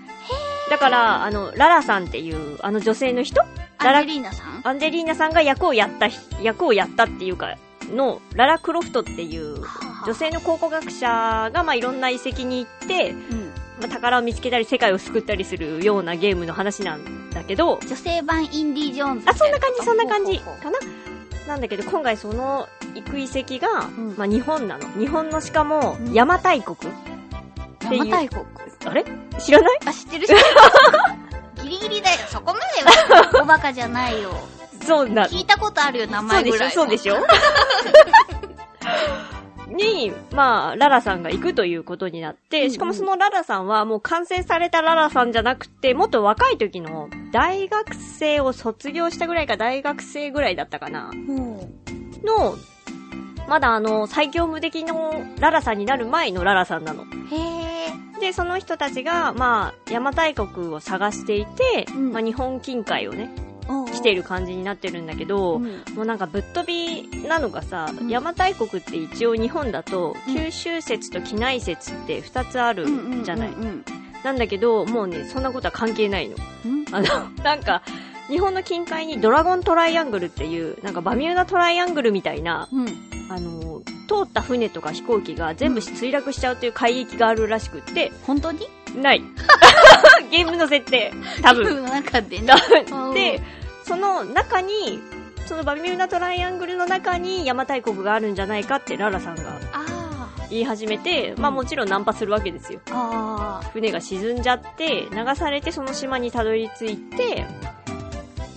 だから、あの、ララさんっていう、あの女性の人ララアンジェリーナさんアンジェリーナさんが役をやったひ、役をやったっていうか、の、ララ・クロフトっていう、女性。性の考古学者が、まあ、いろんな遺跡に行って、うん。まあ、宝を見つけたり世界を救ったりするようなゲームの話なんだけど、女性版インディ・ージョーンズ。あ、そんな感じ、そんな感じほうほうほかな。なんだけど、今回その行く遺跡が、んまあ日本なの。日本のしかもう、ん邪馬台国。うってい邪う馬台国。あれ知らないあ、知ってる知ってる。ギリギリだよ。そこまでは、おバカじゃないよ。そうな聞いたことあるよ、名そう前でぐしらょい。そうでょ。しょ に、まあ、ララさんが行くということになって、しかもそのララさんはもう完成されたララさんじゃなくて、もっと若い時の大学生を卒業したぐらいか大学生ぐらいだったかな。うん。の、まだあの、最強無敵のララさんになる前のララさんなの。へー。で、その人たちが、まあ、邪馬台国を探していて、うんまあ、日本近海をね、おうおう来ている感じになってるんだけど、うん。もうなんかぶっ飛びなのがさ、うん邪馬台国って一応日本だと、うん九州説と畿内説って二つあるうんうんうんうんじゃない、なんだけど、もうね、そんなことは関 係ないの。うん。あの、なんか、日本の近海にドラゴントライアングルっていう、なんかバミューダトライアングルみたいな、うん。あの、通った船とか飛行機が全部墜落しちゃうという海域があるらしくって、本当にない。 ゲームの設定。多分。の 中でね多。分うんで、その中に、そのバミューダトライアングルの中に邪馬台国があるんじゃないかってララさんがあ言い始めて、まあうんもちろんナンパするわけですよ。あ。ああ。船が沈んじゃって、流されてその島にたどり着いて、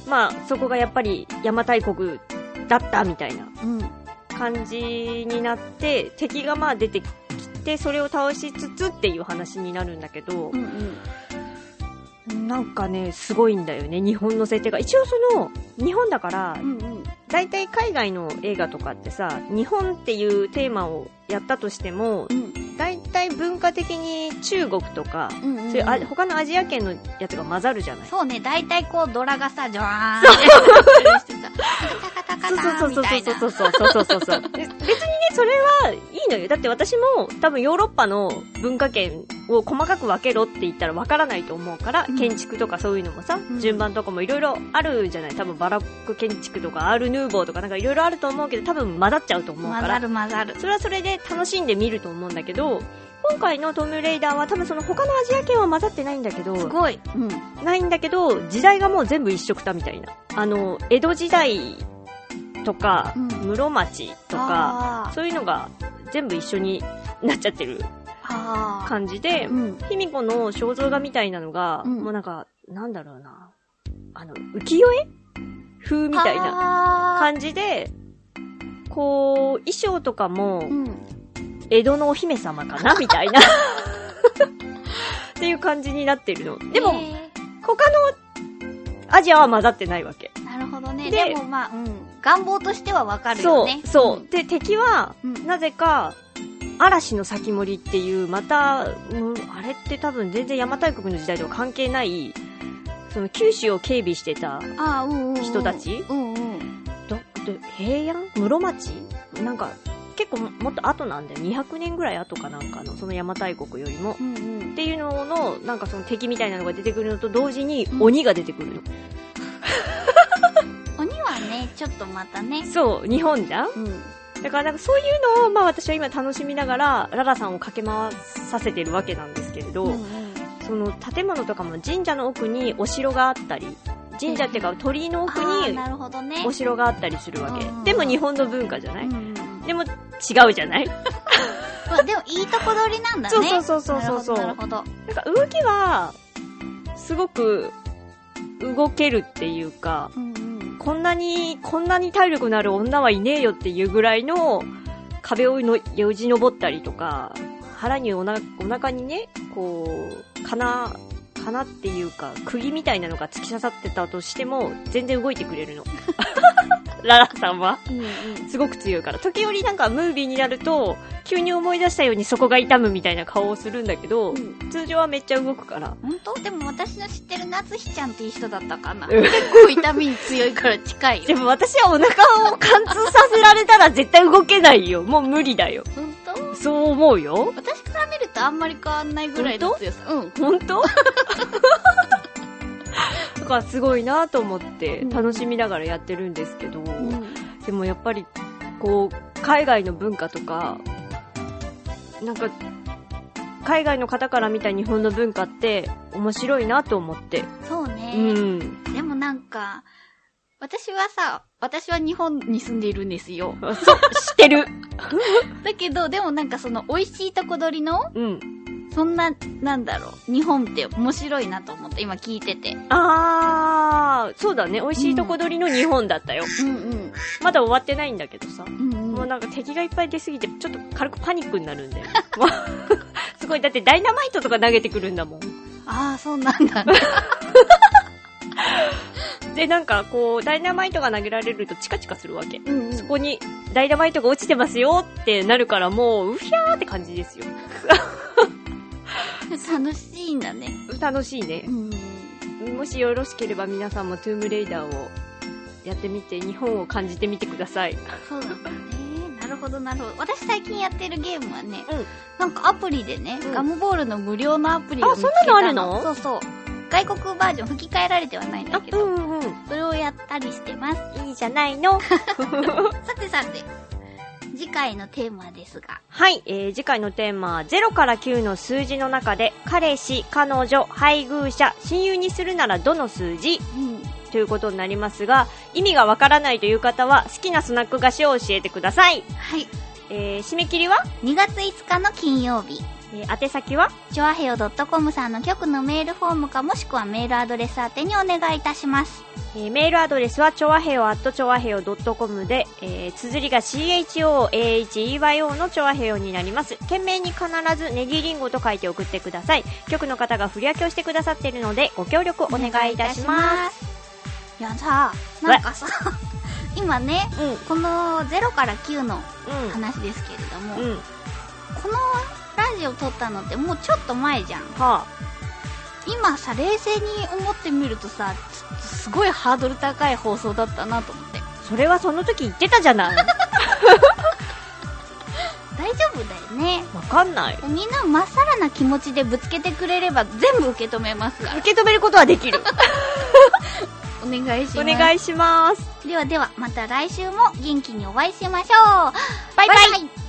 まあそこがやっぱり邪馬台国だったみたいなうん。感じになって、敵がまあ出てきて、それを倒しつつっていう話になるんだけど、うんうん。なんかね、すごいんだよね、日本の設定が。一応その、日本だからう、んうん。大体海外の映画とかってさ、日本っていうテーマをやったとしてもう、ん大体文化的に中国とか、うんうん。そういうあ他のアジア圏のやつが混ざるじゃない。そうね、大体こう、ドラがさ、ジョワーンってしてさ、タカタカタカターンみたいな。そうそうそうそうそうそうそうそう。 で別にね、それはいいのよ。だって私も多分ヨーロッパの文化圏を細かく分けろって言ったら分からないと思うから、うん建築とかそういうのもさ、ん順番とかもいろいろあるじゃない。多分バラック建築とかアールヌーボーとかなんかいろいろあると思うけど、多分混ざっちゃうと思混うかざら。る混ざる。それはそれで楽しんで見ると思うんだけど、今回のトムレイダーは多分その他のアジア圏は混ざってないんだけど、すごい。うん。ないんだけど、時代がもう全部一緒くたみたいな。あの、江戸時代とか、うん室町とか、あーそういうのが全部一緒になっちゃってるあ感じでー。、うん。卑弥呼の肖像画みたいなのが、うんもうなんか、なんだろうな。あの、浮世絵風みたいなな感じで、こう、衣装とかもう、ん。江戸のお姫様かなみたいな。っていう感じになってるの。でも、へ他のアジアは混ざってないわけ。ーなるほどね。ででもまあ、うん。願望としてはわかるよそね。う、そう。で、敵は、うん。うん。なぜか、嵐の先森っていう、また、うんあれって多分全然邪馬台国の時代とは関係ない、その九州を警備してたああ、うんうんうん。人た。ち、うんうん。ど、ど平安室町なんか、結構もっと後なんだよ。200年ぐらい後かなんかの、その邪馬台国よりも。うんうんっ。ていうのの、なんかその敵みたいなのが出てくるのと同時に、鬼が出てくるの。鬼はね、ちょっとまたね。そう、日本じゃんうん。だからなんかそういうのを、まあ私は今楽しみながら、ララさんを駆け回させてるわけなんですけれど、うんうん。その建物とかも神社の奥にお城があったり、神社っていうか鳥居の奥あーになるほどね。お城があったりするわうんけ。でも日本の文化じゃなういんうんうんでも違うじゃないまあでもいいとこ取りなんだね。そうそうそうそうそうそう。ななるんかほど。なる動きは、すごく動けるっていうか、ほどうんうん。こんなに、こんなに体力のある女はいねえよっていうぐらいの壁をのよじ登ったりとか、腹におな、お腹にね、こう、かな、かなっていうか、釘みたいなのが突き刺さってたとしても、全然動いてくれるの。ララさんはうんうん。すごく強いから。時折なんかムービーになると、急に思い出したようにそこが痛むみたいな顔をするんだけど、通常はめっちゃ動くから。本当でも私の知ってる夏日ちゃんっていう人だったかな。うん結構痛みに強いから近いでよ。も私はお腹を貫通させられたら絶対動けないよ。もう無理だよ。 本当そう思うよ。私から見るとあんまり変わんないぐらいの強さ。うん。本当だからすごいなと思ってうん楽しみながらやってるんですけど、でもやっぱりこう海外の文化とかなんか海外の方から見た日本の文化って面白いなと思って、そうね、うんでもなんか、私はさ、私は日本に住んでいるんですよ。あそう知ってるだけど、でもなんかその美味しいとこ取りの、うんそんな、なんだろう、日本って面白いなと思って、今聞いてて。ああそうだね美味しいとこ取りの日本だったよ、うんうん。まだ終わってないんだけどさうんもう。うんなんか敵がいっぱい出すぎて、ちょっと軽くパニックになるんだよ。 もうすごい、だってダイナマイトとか投げてくるんだもん。ああ、そうなんだ。で、なんかこう、ダイナマイトが投げられるとチカチカするわけ。うんうんそこに、ダイナマイトが落ちてますよってなるから、もう、うひゃーって感じですよ。 楽しいんだね。楽しいねう。ん。もしよろしければ皆さんもトゥームレイダーをやってみて、日本を感じてみてください。そうだね。なるほど、なるほど。私最近やってるゲームはね、うんなんかアプリでね、うんガムボールの無料のアプリをあ見つそけんたなのあるのそうそう。外国バージョン吹き替えられてはないんだけど、んうん。それをやったりしてます。いいじゃないの。さてさて、次回のテーマですが、はい、えー、次回のテーマは0から9の数字の中で彼氏、彼女、配偶者、親友にするならどの数字うん。ということになりますが意味がわからないという方は好きなスナック菓子を教えてください、はい。えー、締め切りは、 2月5日の金曜日、えー、宛先はチョアヘオ .com さんの局のメールフォームかもしくはメールアドレス宛てにお願いいたします。。えーメールアドレスは、ちょわへよ at ちょわへよ .com で、えー、綴りが CHOAHEYO のちょわへよになります。懸命に必ずネギリンゴと書いて送ってください。局の方が振り分けをしてくださっているので、ご協力お願いいたしますいやさ、なんかさ、今ね、す。うん、この0から9のう話ですけれども、ん、うん。はこのラジオ撮ったのってもうちょっと前じゃん。あ、今さ、冷静に思ってみるとさ、ちょっとすごいハードル高い放送だったなと思って。それはその時言ってたじゃない。大丈夫だよね。わかんない。みんなまっさらな気持ちでぶつけてくれれば全部受け止めますから。受け止めることはできる。お願いしおます。願いします。ではでは、また来週も元気にお会いしましょう。バイバイ